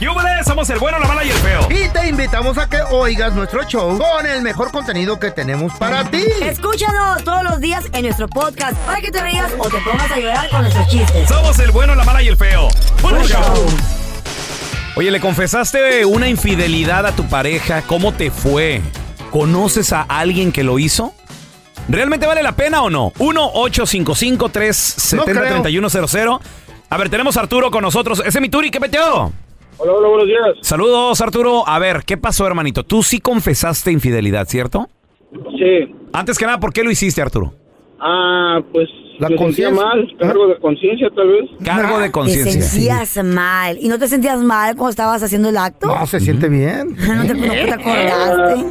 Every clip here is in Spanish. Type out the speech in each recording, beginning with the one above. ¡Yúbales! Somos el bueno, la mala y el feo. Y te invitamos a que oigas nuestro show con el mejor contenido que tenemos para ti. Escúchanos todos los días en nuestro podcast para que te rías o te pongas a llorar con nuestros chistes. Somos el bueno, la mala y el feo. ¡Puro show! Oye, le confesaste una infidelidad a tu pareja. ¿Cómo te fue? ¿Conoces a alguien que lo hizo? ¿Realmente vale la pena o no? 1-855-370-3100. A ver, tenemos a Arturo con nosotros. Ese es mi Turi, ¿qué peteo? Hola, hola, buenos días. Saludos, Arturo. A ver, ¿qué pasó, hermanito? Tú sí confesaste infidelidad, ¿cierto? Sí. Antes que nada, ¿por qué lo hiciste, Arturo? Ah, pues La me sentía conciencia. mal, cargo de conciencia tal vez. Cargo de Ah, Te sentías mal. ¿Y no te sentías mal cuando estabas haciendo el acto? No, se siente bien. No te, no te acordaste. ¿Eh?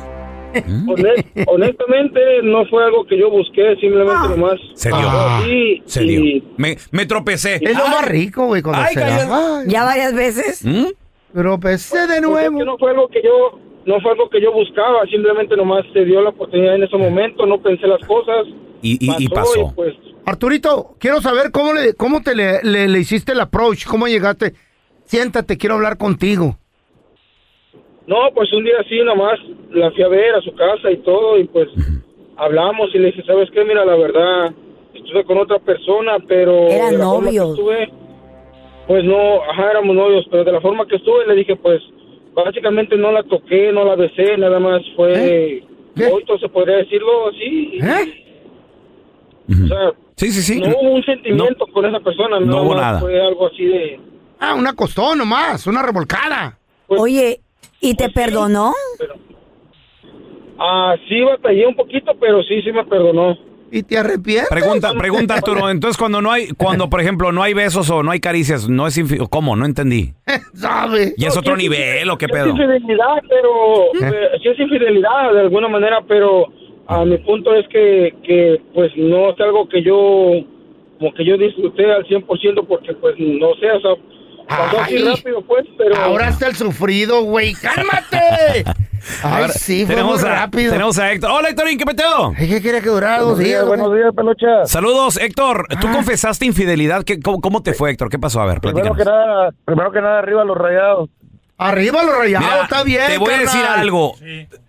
Ah. Honest- honestamente no fue algo que yo busqué, simplemente nomás. Se dio. Ah, sí, Se dio. y- Me, me tropecé. Es lo Ay, más rico, güey, cuando Ay, se da. cayó. Ay, Ya varias veces. ¿Mm? Pero pesé Ah, de pues, es nuevo. que no fue algo que yo no fue algo que yo buscaba, simplemente nomás se dio la oportunidad en ese momento, no pensé las cosas. Y- y- y pasó. y, pues Arturito, quiero saber cómo le, cómo te le, le- le hiciste el approach, cómo llegaste. Siéntate, quiero hablar contigo. No, pues un día así nomás la fui a ver a su casa y todo y pues hablamos y le dije, ¿sabes qué? Mira, la verdad, estuve con otra persona, pero... Eran de la forma que novios. estuve, pues no, ajá, éramos novios, pero de la forma que estuve le dije, pues básicamente no la toqué, no la besé, nada más fue... ¿Eh? ¿Qué? coito, se podría decirlo así. ¿Eh? O sea, Sí, sí, sí. no hubo un sentimiento con esa persona, no hubo más nada. Fue algo así de... Ah, una costón nomás, una revolcada. Pues- Oye, ¿y te Pues sí. perdonó? Ah, sí, batallé un poquito, pero sí, sí me perdonó. ¿Y te arrepientes? Pregunta, pregunta, Arturo. Entonces, cuando no hay, cuando por ejemplo no hay besos o no hay caricias, no es infi- ¿Cómo? No entendí. ¿Sabe? ¿Y es otro nivel o qué Sí pedo? Es infidelidad, pero ¿Eh? eh, sí es infidelidad de alguna manera, pero Ah. a mi punto es que, que pues no es algo que yo como que yo disfruté al 100% porque pues no sé, o sea, pasó así Ay. rápido pues, pero Ahora está el sufrido, güey. ¡Cálmate! A Ay, ver, sí, fue tenemos muy a, rápido. Tenemos a Héctor. Hola, Héctor, ¿y ¿qué peteo? Es que quería que durara dos días. güey. Ah. días, pelucha. Saludos, Héctor. Tú confesaste infidelidad. ¿Qué- cómo, cómo te fue, Héctor? ¿Qué pasó? A ver, platícanos. nada, primero que nada arriba los rayados. Arriba los rayados, Mira, está bien. Te voy carnal. a decir algo.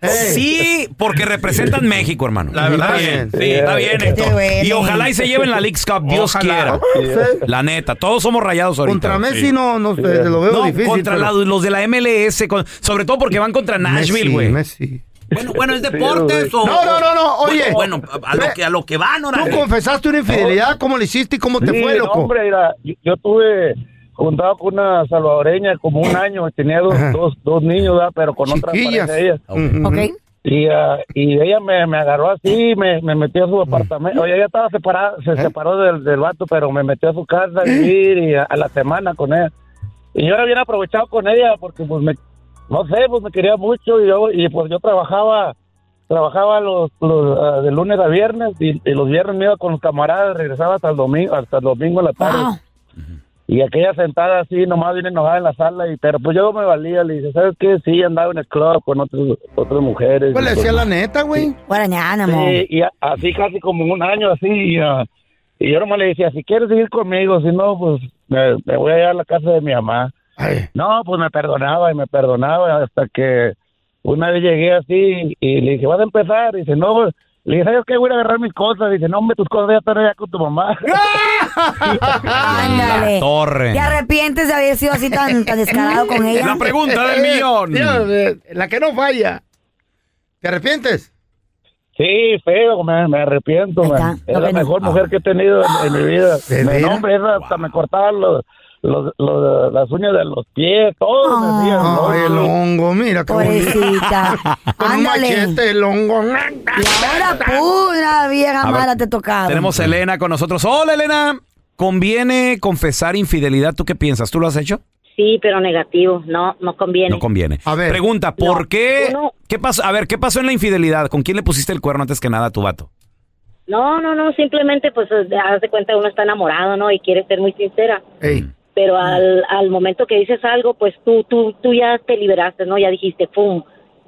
Sí, Ey. porque representan México, hermano. La verdad, Está bien, sí. sí, está bien, Héctor. duele. Y ojalá y se lleven la Leagues Cup, Dios Ojalá. quiera. Sí. La neta, todos somos rayados ahorita. Contra Messi Sí. no, no sé, te lo veo No, difícil. contra pero- la- los de la MLS, con- sobre todo porque van contra Nashville, Messi, güey. Messi. Bueno, bueno, es deportes o... No, no, no, no, oye. Bueno, bueno, a, lo que, a lo que van, Tú órale. confesaste una infidelidad, ¿cómo le hiciste y cómo te Sí, fue, no, loco? hombre, mira, yo, yo tuve juntado con una salvadoreña como un año, tenía dos, Ajá. dos, dos niños, ¿verdad? pero con otra Chiquillas. pareja de ella. Ujú. Ok. Y, ah, y ella me, me agarró así, me, me metió a su apartamento. Oye, ella estaba separada, ¿Eh? se separó del, del vato, pero me metió a su casa a vivir y a, a la semana con ella. Y yo era bien aprovechado con ella porque, pues, me, no sé, pues me quería mucho y yo, y pues yo trabajaba. Trabajaba los, los, ah, de lunes a viernes y, y los viernes me iba con los camaradas, regresaba hasta el domingo, hasta el domingo en la tarde. Wow. Y aquella sentada así, nomás viene enojada en la sala, y pero pues yo me valía, le dije, ¿sabes qué? Sí, andaba en el club con otras otras mujeres. Pues le Y, decía pues, la neta, güey. Guarañana, amor. sí, y a- así casi como un año así, y, ah, y yo nomás le decía, si quieres ir conmigo, si no, pues me, me voy a ir a la casa de mi mamá. Ay, No, pues me perdonaba y me perdonaba hasta que Una vez llegué así y le dije, ¿vas a empezar? Y dice, no. pues", Le dije, ¿sabes qué? Voy a ir a agarrar mis cosas. Dice, no, hombre, tus cosas ya están allá con tu mamá. Ándale. Torre. ¿Te arrepientes de haber sido así tan, tan descarado con ella? Eh, La pregunta del millón. Eh, La que no falla. ¿Te arrepientes? Sí, feo, me, me arrepiento. Ahí man. está, Es lo la ves. mejor mujer que he tenido en, en mi vida. ¿De Me- veras? No, hombre, esa hasta me cortaba los, los- los- las uñas de los pies, todo. Ah. me hacía, ¿no? Ay, el hongo, mira qué bonito. Pobrecita. Con un Ándale. machete, ¡ah! el hongo. Y ahora pura vieja A ver, mala te tocaba. Tenemos a Elena con nosotros. Hola, Elena. ¿Conviene confesar infidelidad? ¿Tú qué piensas? ¿Tú lo has hecho? Sí, pero negativo, no, no conviene. No conviene. A ver. Pregunta, ¿por No, qué? uno- ¿Qué pasó? A ver, ¿qué pasó en la infidelidad? ¿Con quién le pusiste el cuerno antes que nada a tu vato? no, no, no, simplemente pues eh, haz de cuenta uno está enamorado, ¿no? Y quiere ser muy sincera, Ey, pero al, al momento que dices algo, pues tú, tú, tú ya te liberaste, ¿no? Ya dijiste, pum,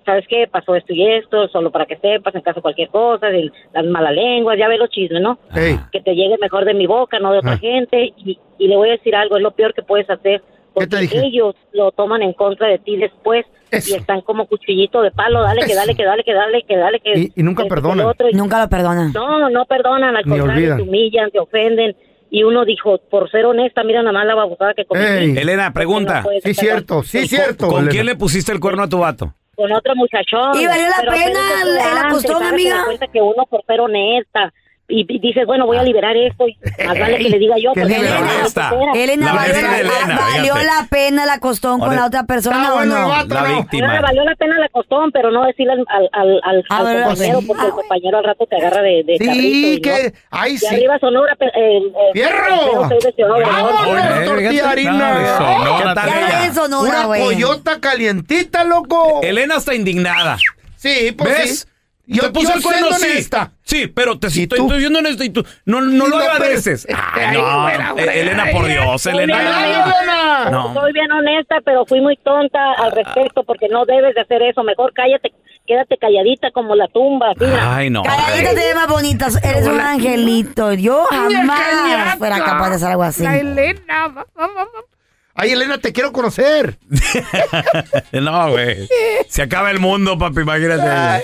¿sabes qué? Pasó esto y esto, solo para que sepas, en caso de cualquier cosa, el- las malas lenguas, ya ve los chismes, ¿no? ey. Que te llegue mejor de mi boca, no de otra Ah. gente, y, y le voy a decir algo, es lo peor que puedes hacer, porque te dije? ellos lo toman en contra de ti después. Eso. Y están como cuchillito de palo, dale que Eso. dale que dale que dale que dale que Y- y nunca esto, que perdonan. lo otro, y- Nunca lo perdonan. No, no perdonan, al Ni contrario, olvidan. te humillan, te ofenden. Y uno dijo, por ser honesta, mira nada más la babosada que pues, cometí. Ey. Elena, pregunta. No puedes Sí, estar cierto, sí, con- cierto. ¿Con Elena. quién le pusiste el cuerno a tu vato? Con otro muchachón. ¿Y valió la Pero pena apenas el- el antes, acostrón, ahora amiga? Te das cuenta que uno por ser honesta. Y, y dices, bueno, Ah. voy a liberar esto. Y más vale que le diga yo. Qué porque liberal. no, no, Honesta. no, no, no. Elena, La valió, honesta la, de Elena, valió fíjate. la pena el acostón con Ahora- la otra persona Está o bueno el no. vato, La ¿no? víctima. Ahora valió la pena la costón, pero no decirle al, al, al, al- A al ver, compañero, Ah, sí. porque el compañero al rato te agarra de, de carrito Sí, y no. que. Ay, Y sí. arriba Sonora. pe- eh, eh, ¡Fierro! soy de Sonora, ¡Vámonos, ¿no? Sonora. tortilla de Fíjate, nada de harina! Sonora. ¡Oh! ¿Qué tal Ya ella? la de Sonora, Una güey. coyota calientita, loco. Elena está indignada. Sí, pues ¿Ves? sí. Yo te puse el yo cuerno, siendo sí. honesta. Sí, pero te ¿Y estoy, tú? estoy siendo honesta y tú no, no Y lo no, pero- agradeces. Ay, no. Ay, güera, güera. Eh, Elena, por Dios, ¡Ay, Elena. Elena! No. Soy bien honesta, pero fui muy tonta al respecto porque no debes de hacer eso. Mejor cállate, quédate calladita como la tumba. mira. Ay, no. Calladita te ve más bonita. Eres un angelito. Yo jamás Ah, Ah. fuera capaz de hacer algo así. Ay, Elena, te quiero conocer. No, güey. Se acaba el mundo, papi, imagínate.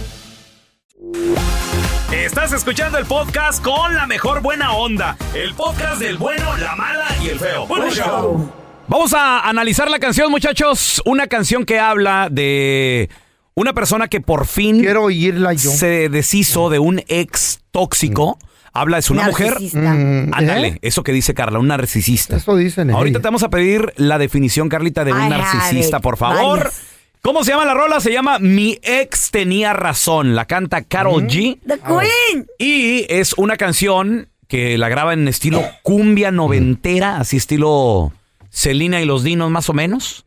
Estás escuchando el podcast con la mejor buena onda. El podcast del bueno, la mala y el feo. Vamos a analizar la canción, muchachos. Una canción que habla de una persona que por fin Quiero oírla yo. se deshizo de un ex tóxico. Habla, es una mujer. Narcisista. Mm, Ándale, ¿eh? eso que dice Carla, un narcisista. Eso dicen. eh. Ahorita te vamos a pedir la definición, Carlita, de un Ay, narcisista, Alex, por favor. varias. ¿Cómo se llama la rola? Se llama Mi ex tenía razón. La canta Mm. Carol G. The Queen. Y es una canción que la graba en estilo cumbia noventera, así estilo Celina y los Dinos, más o menos.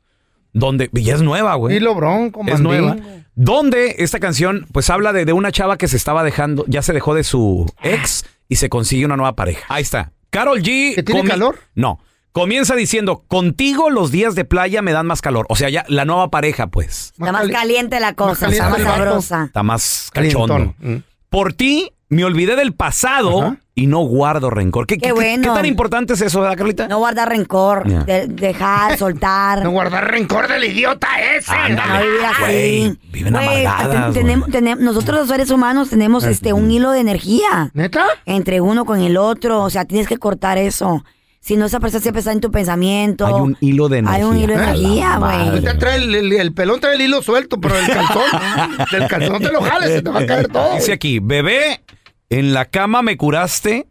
Donde, y es nueva, güey. Hilo bronco, Es nueva. mandingo. Donde esta canción, pues habla de, de una chava que se estaba dejando, ya se dejó de su Ah. ex y se consigue una nueva pareja. Ahí está. Carol G. ¿Que tiene comi- calor? No. Comienza diciendo, contigo los días de playa me dan más calor. O sea, ya la nueva pareja, pues. Está más cali- caliente la cosa, más está más caliente el vato. sabrosa. Está más cachondo. Calientón. Mm. Por ti me olvidé del pasado y no guardo rencor. ¿Qué, qué- Qué qué- bueno. qué tan importante es eso, verdad, Carlita? No guardar rencor, Ya. de- dejar, soltar. no guardar rencor del idiota ese. No vivir así. Güey, viven Güey, amargadas, Pues, ten- tenem- tenem- nosotros los seres humanos Eh. tenemos este un hilo de energía. ¿Neta? Entre uno con el otro. O sea, tienes que cortar eso. Si no, esa persona siempre está en tu pensamiento. Hay un hilo de energía. Hay un hilo de A la energía, güey. madre. Ahorita trae el, el- el pelón trae el hilo suelto, pero el calzón, del calzón te lo jales, se te va a caer todo. Dice aquí, bebé, en la cama me curaste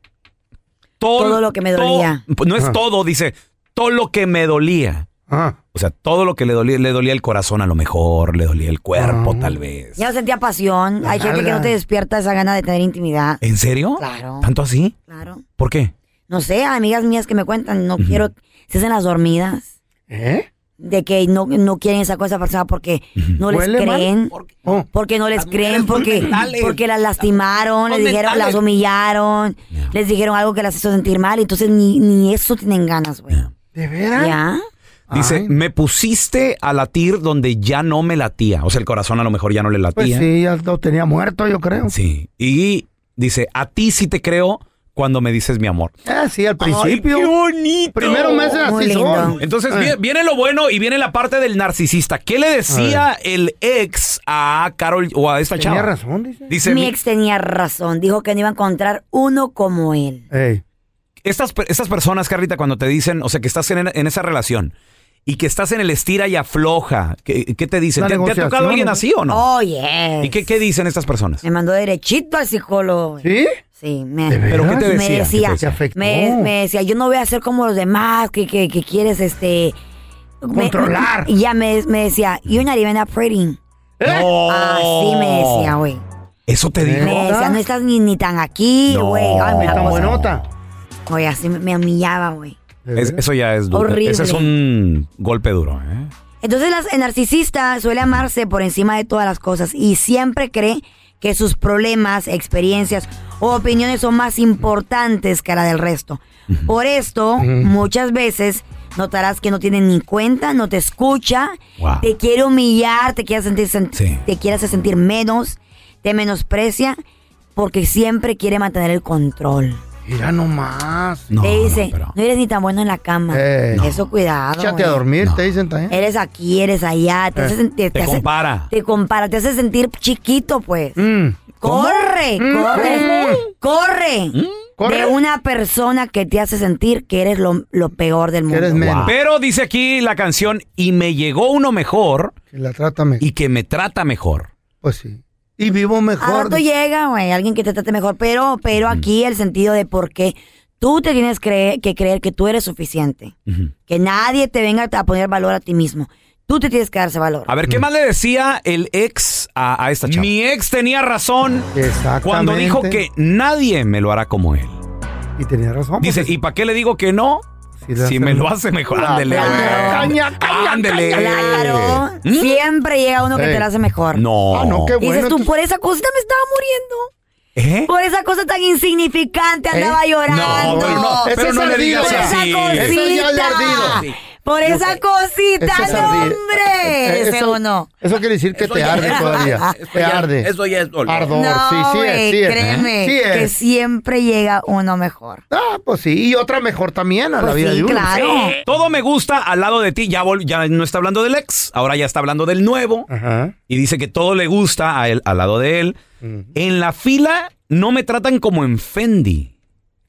todo, Todo lo que me to- dolía. Pues, no es todo, dice, todo lo que me dolía. O sea, todo lo que le dolía, le dolía el corazón a lo mejor, le dolía el Ah. cuerpo tal vez. Ya no sentía pasión. Hay gente que no nalga. te despierta esa gana de tener intimidad. ¿En serio? Claro. ¿Tanto así? Claro. ¿Por qué? No sé, amigas mías que me cuentan, no quiero, se hacen las dormidas. ¿Eh? De que no, no quieren esa cosa persona porque no les ¿Huele mal? creen. Oh. Porque no les creen, porque, mentales. porque las lastimaron, les Son dijeron, mentales. las humillaron, les dijeron algo que las hizo sentir mal, y entonces ni, ni eso tienen ganas, güey. ¿De veras? ¿Ya? Dice, me pusiste a latir donde ya no me latía. O sea, el corazón a lo mejor ya no le Pues latía. sí, ya lo tenía muerto, yo creo. Sí. Y dice, a ti sí te creo cuando me dices mi amor. Ah, sí, al Ay, principio. qué bonito. Primeros meses Muy así lindo. son. Entonces Eh. vie- viene lo bueno y viene la parte del narcisista. ¿Qué le decía el ex a Carol o a esta chava? Tenía razón, dice. Dice, Mi mi- ex tenía razón, dijo que no iba a encontrar uno como él. Ey. estas, per- estas personas, Carlita, cuando te dicen, o sea, que estás en, en esa relación y que estás en el estira y afloja, ¿qué, qué te dicen? La ¿Te, te ha negociación, tocado alguien ¿no? así o no? Oh, yes. ¿Y qué, qué dicen estas personas? Me mandó derechito al psicólogo. güey. ¿Sí? Sí, me, ¿De ¿Pero qué te me decía? decía, Te afectó. me, me decía, yo no voy a ser como los demás, que, que, que quieres este me- Controlar. y ya me, me decía, you're not even that pretty. No. Así ah, me decía, güey. ¡Eh! Eso te Me dijo. decía, no estás ni, ni tan aquí, No. güey. Ay, me Ni la tan cosa- buenota. Oye, así me, me humillaba, güey. ¿De Es- veras? eso ya es duro. Horrible. Ese es un golpe duro. ¿eh? Entonces las- el narcisista suele amarse por encima de todas las cosas y siempre cree que sus problemas, experiencias o opiniones son más importantes que la del resto. Por esto, muchas veces notarás que no tiene ni cuenta, no te escucha, Wow. te quiere humillar, te quiere, sentir, sen- Sí. te quiere hacer sentir menos, te menosprecia porque siempre quiere mantener el control. Mira nomás. No, te no, dice, no, pero- eres ni tan bueno en la cama. Eh. Eso cuidado. Échate güey. a dormir, No. Eh, te dicen también. Eres aquí, eres allá. Te, hace, sen- te, te te hace- compara. te compara, te hace sentir chiquito, pues. Mm. Corre, corre, corre, Mm. ¿Corre? de una persona que te hace sentir que eres lo, lo peor del Que mundo. eres menos. Pero dice aquí la canción, y me llegó uno mejor Que la trata mejor. y que me trata mejor. Pues sí. Y vivo A mejor. rato llega, güey, alguien que te trate mejor, pero, pero aquí el sentido de por qué tú te tienes cre- que creer que tú eres suficiente, que nadie te venga a poner valor a ti mismo. Tú te tienes que darse valor. A ver, ¿qué más le decía el ex a, a esta chava? Mm. Mi ex tenía razón Exactamente. cuando dijo que nadie me lo hará como él. Y tenía razón. pues Dice, porque ¿y para qué le digo que no? si le Si hacen- me lo hace mejor, ándele. Claro. güey. Caña, caña, Ándele. Claro, ¿Mm? siempre llega uno que Ey. te lo hace mejor. No. Ah, no, qué bueno. Dices tú, tú- por esa cosita me estaba muriendo. ¿Eh? Por esa cosa tan insignificante andaba llorando. No, pero no, Ese pero es no le ardido, ¿eh? digas por esa ya. así. Ese ya es ardido, cosita. sí. Por esa cosita, Ese es no, ardido. hombre. Eh, Ese eso- uno. Eso quiere decir que te arde todavía. Te arde. Eso ya es dolor. Ardor, No, sí, sí es, güey, sí es. créeme Sí que es. siempre llega uno mejor. Ah, pues sí. Y otra mejor también a la Pues vida sí, de uno. claro. Todo me gusta al lado de ti. Ya, vol- ya no está hablando del ex, ahora ya está hablando del nuevo. Ajá. Y dice que todo le gusta a él, al lado de él. En la fila no me tratan como en Fendi.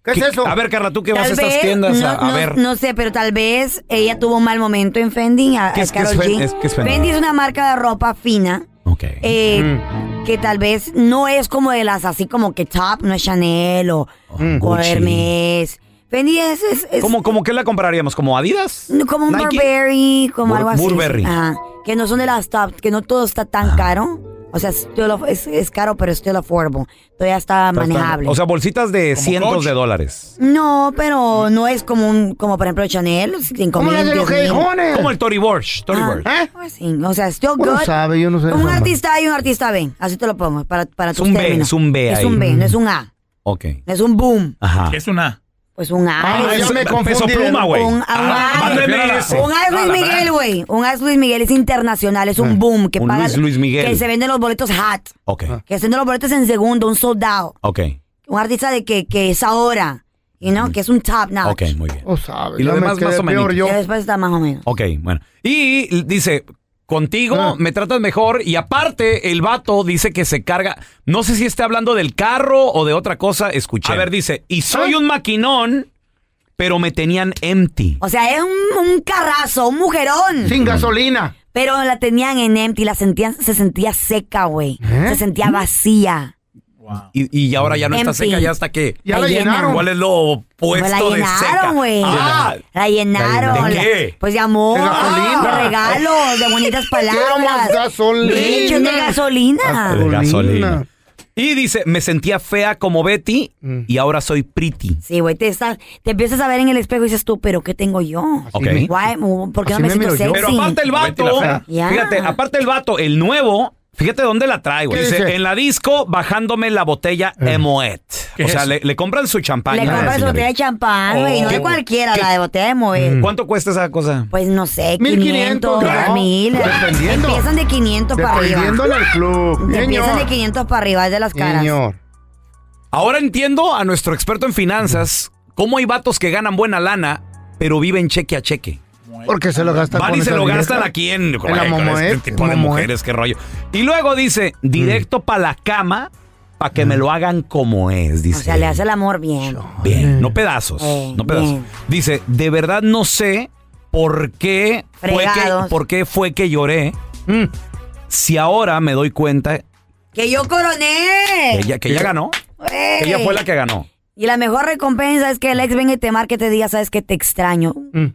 ¿Qué es ¿Qué- eso? A ver, Carla, tú que vas a Tal estas vez, tiendas a, no, a no- ver. No sé, pero tal vez ella tuvo un mal momento en Fendi. A, ¿Qué es- a qué es Karol Fen- G. es- qué es Fendi? Fendi es una marca de ropa fina. Ok. eh, Mm. que tal vez no es como de las así como que top, no es Chanel o, Mm. o Oh, Gucci. Hermes. Fendi es, es- es ¿Cómo, cómo qué la compraríamos? ¿Como Adidas? como un Nike? Burberry, como Bur- algo así. Burberry. Ah. Ajá. que no son de las top, que no todo está tan caro. O sea, still aff- es, es caro, pero still affordable. Todavía está Ah, manejable. O sea, bolsitas de cientos Coach? de dólares. no, pero no es como un, como por ejemplo Chanel, cinco ¿Cómo mil, le hacen los diez mil. callejones? Como el Tory Burch. Tory Burch. Ah, ¿Eh? pues sí, O sea, still Uno good. sabe, yo no sé. Como un esa artista A y un artista B. Así te lo pongo, para, para Es tus un B, términos. es un B Es ahí. un B, no es un A. Ok. No es un boom. Ajá. Es una. Pues un Ares. ya Ah, eso- me peso confundí. pluma, güey. Un, un Ah, Ares. mándeme ese. Un Ares Luis Ah, la Miguel, verdad. güey. Un Ares Luis Miguel es internacional, es Ah. un boom que Un paga. Luis- Luis Miguel. Que se venden los boletos hot. Ok, Que se venden los boletos en segundo, un soldado. ok, Un artista de que, que es ahora. You know, que es un top notch. Mm. ok, muy bien. No sabes. Y lo ya me demás quedé más o peor menos. yo. Ya después está más o menos. Ok, bueno. Y dice, contigo Ah. me tratas mejor y aparte el vato dice que se carga, no sé si está hablando del carro o de otra cosa, escuché. Ah. A ver, dice, y soy un maquinón, pero me tenían empty. O sea, es un, un carrazo, un mujerón. Sin gasolina. Pero la tenían en empty, la sentían, se sentía seca, güey. ¿Eh? Se sentía vacía. Y, y ahora ya no está Empty. seca, ya está que... Ya la Ahí llena. llenaron. ¿Cuál es lo Pues la opuesto de seca? llenaron, güey. Ah, la llenaron. ¿De la- qué? pues de amor, De gasolina. de regalos, de bonitas palabras. Queremos gasolina. Ah, pues. Bichos de gasolina. de gasolina. Y dice, me sentía fea como Betty Mm. y ahora soy pretty. Sí, güey, te, estás- te empiezas a ver en el espejo y dices tú, ¿pero qué tengo yo? Ok. me- Guay, mu- ¿por qué Así no me, me siento miro yo. sexy? Pero aparte el Betty la vato, fea. Ya. fíjate, aparte el vato, el nuevo, fíjate dónde la trae, güey. ¿Qué Dice, dice? Eh. en la disco bajándome la botella Emoet. O sea, le, le compran su champaña. Le compras señorita. botella de champán, güey, no Oh. de cualquiera, ¿Qué? la de botella de mover. Mm. ¿Cuánto cuesta esa cosa? Pues no sé, 1500, 500, claro. 2000. Dependiendo. Empiezan de 500 para Dependiendo arriba. del club. Empiezan de Señor. 500 para arriba, es de las caras. Señor. Ahora entiendo a nuestro experto en finanzas cómo hay vatos que ganan buena lana, pero viven cheque a cheque. Porque se lo gastan Van con y se esa lo vieja. gastan aquí en, En la Mm. Ay, con Momoet, este tipo Momoet. de mujeres, qué rollo. Y luego dice, directo para la cama, para que Mm. me lo hagan como es, O dice. sea, le hace el amor bien. mm. Bien, no pedazos, Eh, no pedazos. bien. Dice, de verdad no sé por qué, fue que, Fregados. por qué fue que lloré Mm. si ahora me doy cuenta ¡Que yo que coroné! ella, que ella Eh. ganó, Güey. que ella fue la que ganó. Y la mejor recompensa es que el ex venga y te marque y te diga, sabes que te extraño. Mm.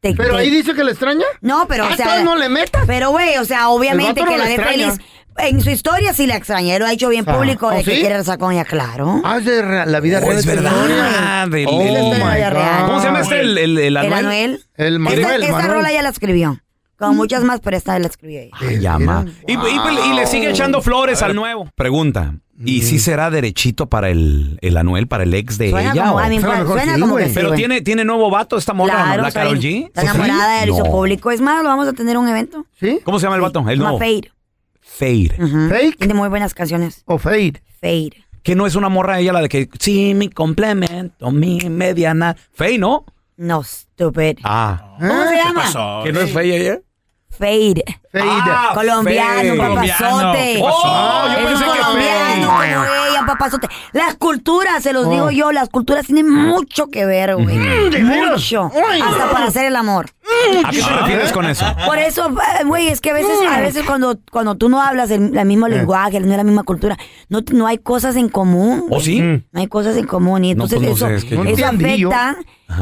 Te- Pero te- ahí dice que le extraña. No, pero, Ah, o sea. entonces no le metas. Pero, güey, o sea, obviamente El vato que no la le ve extraña. feliz. En su historia sí la extraña. Él lo ha hecho bien Ah, público de ¿oh, que sí? quiere rezar con ella, claro. Ah, es de re- la vida Oh, real. es de verdad, Gloria. del- Oh, del- my del- God. ¿Cómo se llama este? El, el, el el Anuel? Anuel. El Esta- Manuel. esta Manuel. rola ya la escribió. Mm. Con muchas más, pero esta la escribió ella. Ay, ama. Y, y- y le sigue echando flores al nuevo. Pregunta, ¿y si será derechito para el, el Anuel, para el ex de Suena ella? como, o- a mí, Suena pues, mejor suena sí, como güey. que sí, ¿Pero güey. tiene, tiene nuevo vato esta morra o no? Claro, ¿La está Carol bien- G? Está enamorada de él, su No. público. Es más, lo vamos a tener en un evento. ¿Sí? ¿Cómo se llama el vato? El Se llama nuevo. Fade. Fade. Ujú. ¿Fake Tiene muy buenas canciones. o fade? Fade. Que no es una morra ella la de que, sí, mi complemento, mi mediana. Fey, ¿no? No, stupid. Ah. ¿Cómo ¿Eh? se llama? ¿Que no es Fey ella? Fade. Fade. Ah, Colombiano, Fade. un papazote. ¿qué pasó? Oh, yo es un pensé que colombiano, como ella, un papazote. Las culturas, se los Oh. digo yo, las culturas tienen mucho que ver, güey. Mucho. Hasta para hacer el amor. ¿A qué te Ah. refieres con eso? Por eso, eh, güey, es que a veces, a veces cuando, cuando tú no hablas el, el Eh. mismo lenguaje, no es la misma cultura, no, no hay cosas en común. güey. ¿O ¿Oh, sí? No hay cosas en común. Y No, entonces pues no eso, sé, es que yo- No eso entendí yo. afecta.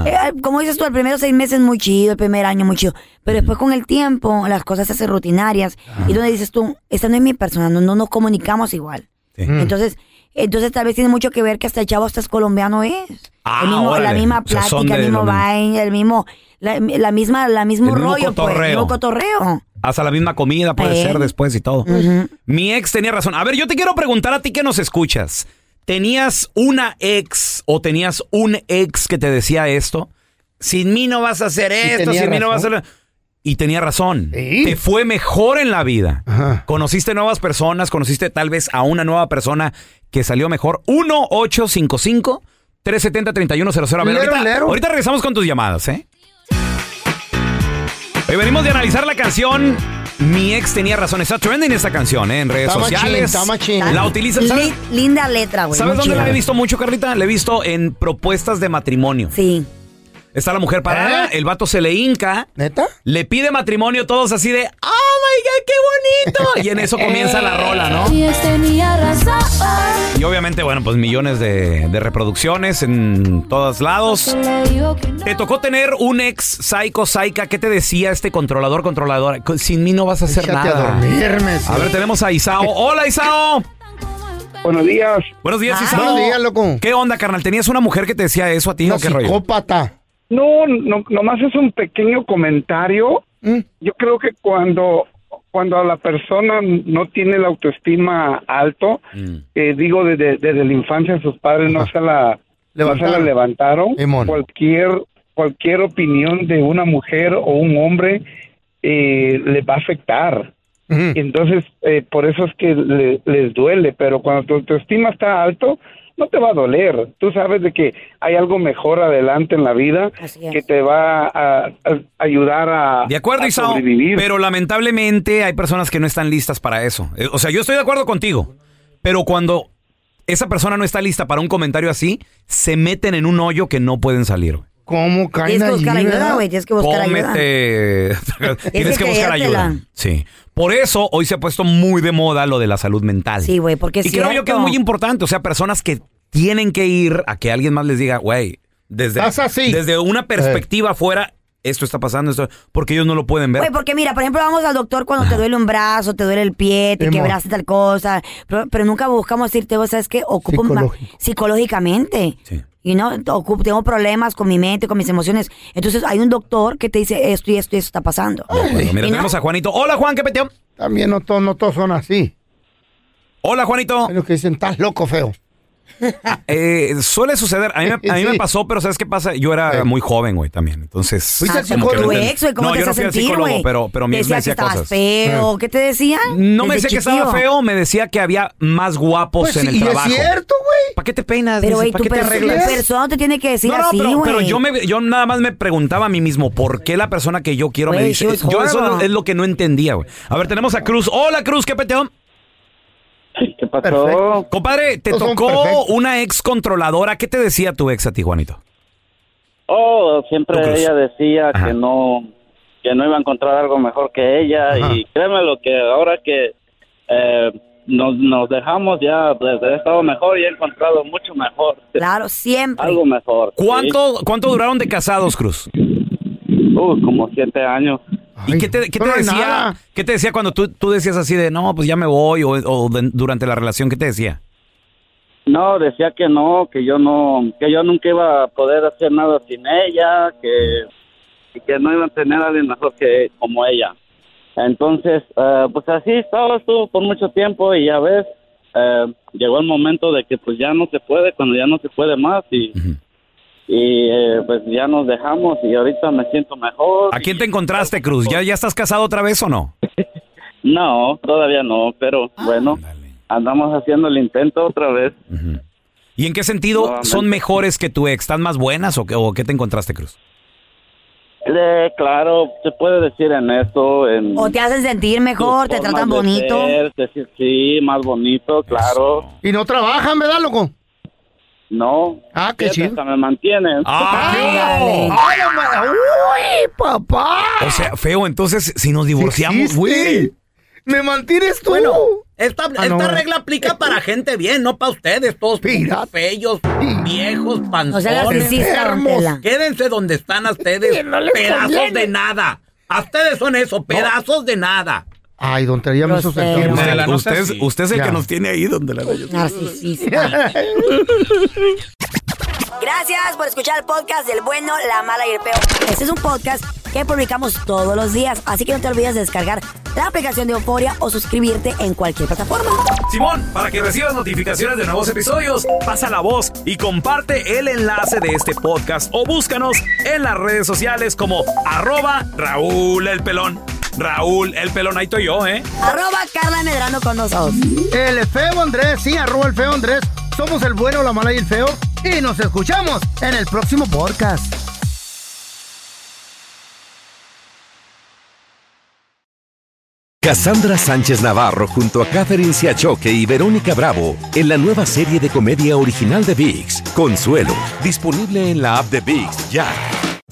Eh, como dices tú, el primero seis meses muy chido, el primer año muy chido. Pero después con el tiempo las cosas se hacen rutinarias. Y donde dices tú, esta no es mi persona, no, no nos comunicamos igual. Sí. Entonces, entonces tal vez tiene mucho que ver que hasta el chavo hasta es colombiano es. Ah, El mismo- la órale. misma O sea, plática, son el de mismo lo mismo. vaina, el mismo, la, la misma, la mismo El mismo rollo, pues, cotorreo. el mismo cotorreo. Hasta la misma comida puede Eh. ser después y todo. Ujú. Mi ex tenía razón. A ver, yo te quiero preguntar a ti que nos escuchas. ¿Tenías una ex o tenías un ex que te decía esto? Sin mí no vas a hacer esto, tenía sin mí no vas a razón. hacer... Y tenía razón. Sí. Te fue mejor en la vida. Ajá. Conociste nuevas personas, conociste tal vez a una nueva persona que salió mejor. 1-855-370-3100. A ver, Lero, ahorita, lero. ahorita regresamos con tus llamadas, ¿eh? Hoy venimos de analizar la canción Mi ex tenía razón. Está trending esta canción ¿eh? en redes Está machín, sociales. está machín. La utilizan. ¿Sabes, Li- linda letra, güey. sabes muy dónde chida. la he visto mucho, Carlita? La he visto en propuestas de matrimonio. Sí. Está la mujer parada, ¿Eh? el vato se le hinca, ¿Neta? le pide matrimonio, todos así de ¡Oh my God, qué bonito! Y en eso comienza la rola, ¿no? Y obviamente, bueno, pues millones de, de reproducciones en todos lados. ¿Te tocó tener un ex psycho psycha? ¿Qué te decía este controlador, controladora? Co- Sin mí no vas a hacer Échate nada. a dormirme. sí. A ver, tenemos a Isao. ¡Hola, Isao! Buenos días. Buenos días, Ah. Isao. Buenos días, loco. ¿Qué onda, carnal? ¿Tenías una mujer que te decía eso a ti Una o qué rollo? psicópata. No, no, nomás es un pequeño comentario. Mm. Yo creo que cuando, cuando la persona no tiene la Mm. autoestima alto, eh, digo, desde, desde la infancia sus padres no se la levantaron. Levantaron. la levantaron. Simón. Cualquier, cualquier opinión de una mujer o un hombre eh, le va a afectar. Entonces, eh, por eso es que le- les duele, pero cuando tu autoestima está alto, no te va a doler. Tú sabes de que hay algo mejor adelante en la vida que te va a, a ayudar a, De acuerdo, a Isao, sobrevivir. pero lamentablemente hay personas que no están listas para eso. Eh, O sea, yo estoy de acuerdo contigo, pero cuando esa persona no está lista para un comentario así, se meten en un hoyo que no pueden salir. güey. ¿Cómo caen Tienes que buscar allí, ayuda, verdad? güey. Tienes que buscar ayuda. Cómete. Tienes que buscar creértela. ayuda. Sí. Por eso hoy se ha puesto muy de moda lo de la salud mental. Sí, güey, porque es Y creo yo que es cierto. muy importante, o sea, personas que tienen que ir a que alguien más les diga, güey, desde, Estás así. Eh. desde una perspectiva afuera, esto está pasando, esto, porque ellos no lo pueden ver. Güey, pues, porque mira, por ejemplo, vamos al doctor cuando te duele un brazo, te duele el pie, te Simón. quebraste tal cosa, pero, pero nunca buscamos decirte, "Vos ¿sabes qué? Ocupo ma- Psicológico. psicológicamente. Sí. Y no, ocup- tengo problemas con mi mente, con mis emociones. Entonces hay un doctor que te dice esto y esto y esto está pasando. Bueno, mira, ¿Y no? tenemos a Juanito. Hola, Juan, ¿qué peteo? También no todos, no todos son así. Hola, Juanito. Hay los que dicen, estás loco, feo. Eh, suele suceder. A mí, me, a mí Sí. me pasó, pero ¿sabes qué pasa? Yo era Eh. muy joven, güey, también. Entonces. ¿Fuiste al Ah, como que psicólogo? Tu no entendí. ex, güey, ¿cómo no, te yo no hace fui al sentir, psicólogo, güey? pero, pero mi Te ex me decía que decía estabas cosas. Mm. feo. ¿Qué te decía? No me Desde decía que chiquillo. estaba feo, me decía que había más guapos Pues en el sí, y es trabajo. cierto, güey. ¿Para qué te peinas? Pero, Dice, güey, ¿Para tu, qué te per- tu arreglas? persona te tiene que decir No, no, así, pero, güey. pero yo, me, yo nada más me preguntaba a mí mismo, ¿por qué la persona que yo quiero me Güey, dice? she was Yo eso horrible. no- es lo que no entendía, güey. A ver, tenemos a Cruz. Hola, Cruz, ¿qué peteo? ¿Qué pasó? Perfecto. Compadre, te Todos son tocó perfectos. una ex controladora. ¿Qué te decía tu ex a ti, Juanito? Oh, siempre ¿Tú crees? ella decía pues, Ajá. que no que no iba a encontrar algo mejor que ella Ajá. y créeme lo que ahora que eh, nos, nos dejamos ya pues, he estado mejor y he encontrado mucho mejor, Claro, siempre. algo mejor. ¿Cuánto, ¿Cuánto duraron de casados, Cruz? Sí. Uh, como siete años. ¿Y qué te, qué te no hay decía, nada. qué te decía cuando tú, tú decías así de, no, pues ya me voy, o, o de- durante la relación, ¿qué te decía? No, decía que no, que yo no, que yo nunca iba a poder hacer nada sin ella, que, y que no iba a tener a alguien mejor que como ella. Entonces, eh, pues así estaba estuvo por mucho tiempo y ya ves, eh, llegó el momento de que pues ya no se puede, cuando ya no se puede más y, y eh, pues ya nos dejamos y ahorita me siento mejor. ¿A quién te encontraste, Cruz? ¿Ya, ya estás casado otra vez o no? No, todavía no, pero Ah. bueno, andamos haciendo el intento otra vez. ¿Y en qué sentido son mejores que tu ex? ¿Están más buenas o qué, o qué te encontraste, Cruz? Eh, claro, se puede decir en eso, en... O te hacen sentir mejor, te formas tratan de bonito. ser, te decir, sí, más bonito, claro. Y no trabajan, ¿verdad, loco? No. Ah, qué Fíjate, chido. Hasta me Ah, mantienen. Ándale. ¡Ay, la ma- Ah, ¡Uy, papá! O sea, feo, entonces, si nos divorciamos, ¿Existe? güey. ¿Me mantienes tú? Esta, Ah, esta no, bueno. regla aplica para gente bien, no para ustedes, todos Pirata. feos, viejos, No seas panzones. narcisista, don enfermos. Tela. Quédense donde están a Que ustedes, no les pedazos conviene. de nada. A ustedes son eso, pedazos de nada. Ay, don Tela, ya me hizo Grosero. sentir Usted, mal. la nota usted, es- sí. usted es el Ya. que nos tiene ahí donde la Narcisista. Gracias por escuchar el podcast del bueno, la mala y el peor. Este es un podcast que publicamos todos los días, así que no te olvides de descargar la aplicación de Euforia o suscribirte en cualquier plataforma. Simón, para que recibas notificaciones de nuevos episodios, pasa la voz y comparte el enlace de este podcast o búscanos en las redes sociales como arroba Raúl el Pelón. Raúl el Pelón, ahí estoy yo, ¿eh? Arroba Carla Medrano con nosotros. El feo Andrés, sí, arroba el feo Andrés. Somos el bueno, la mala y el feo. Y nos escuchamos en el próximo podcast. Cassandra Sánchez Navarro junto a Catherine Siachoque y Verónica Bravo en la nueva serie de comedia original de VIX, Consuelo, disponible en la app de VIX ya.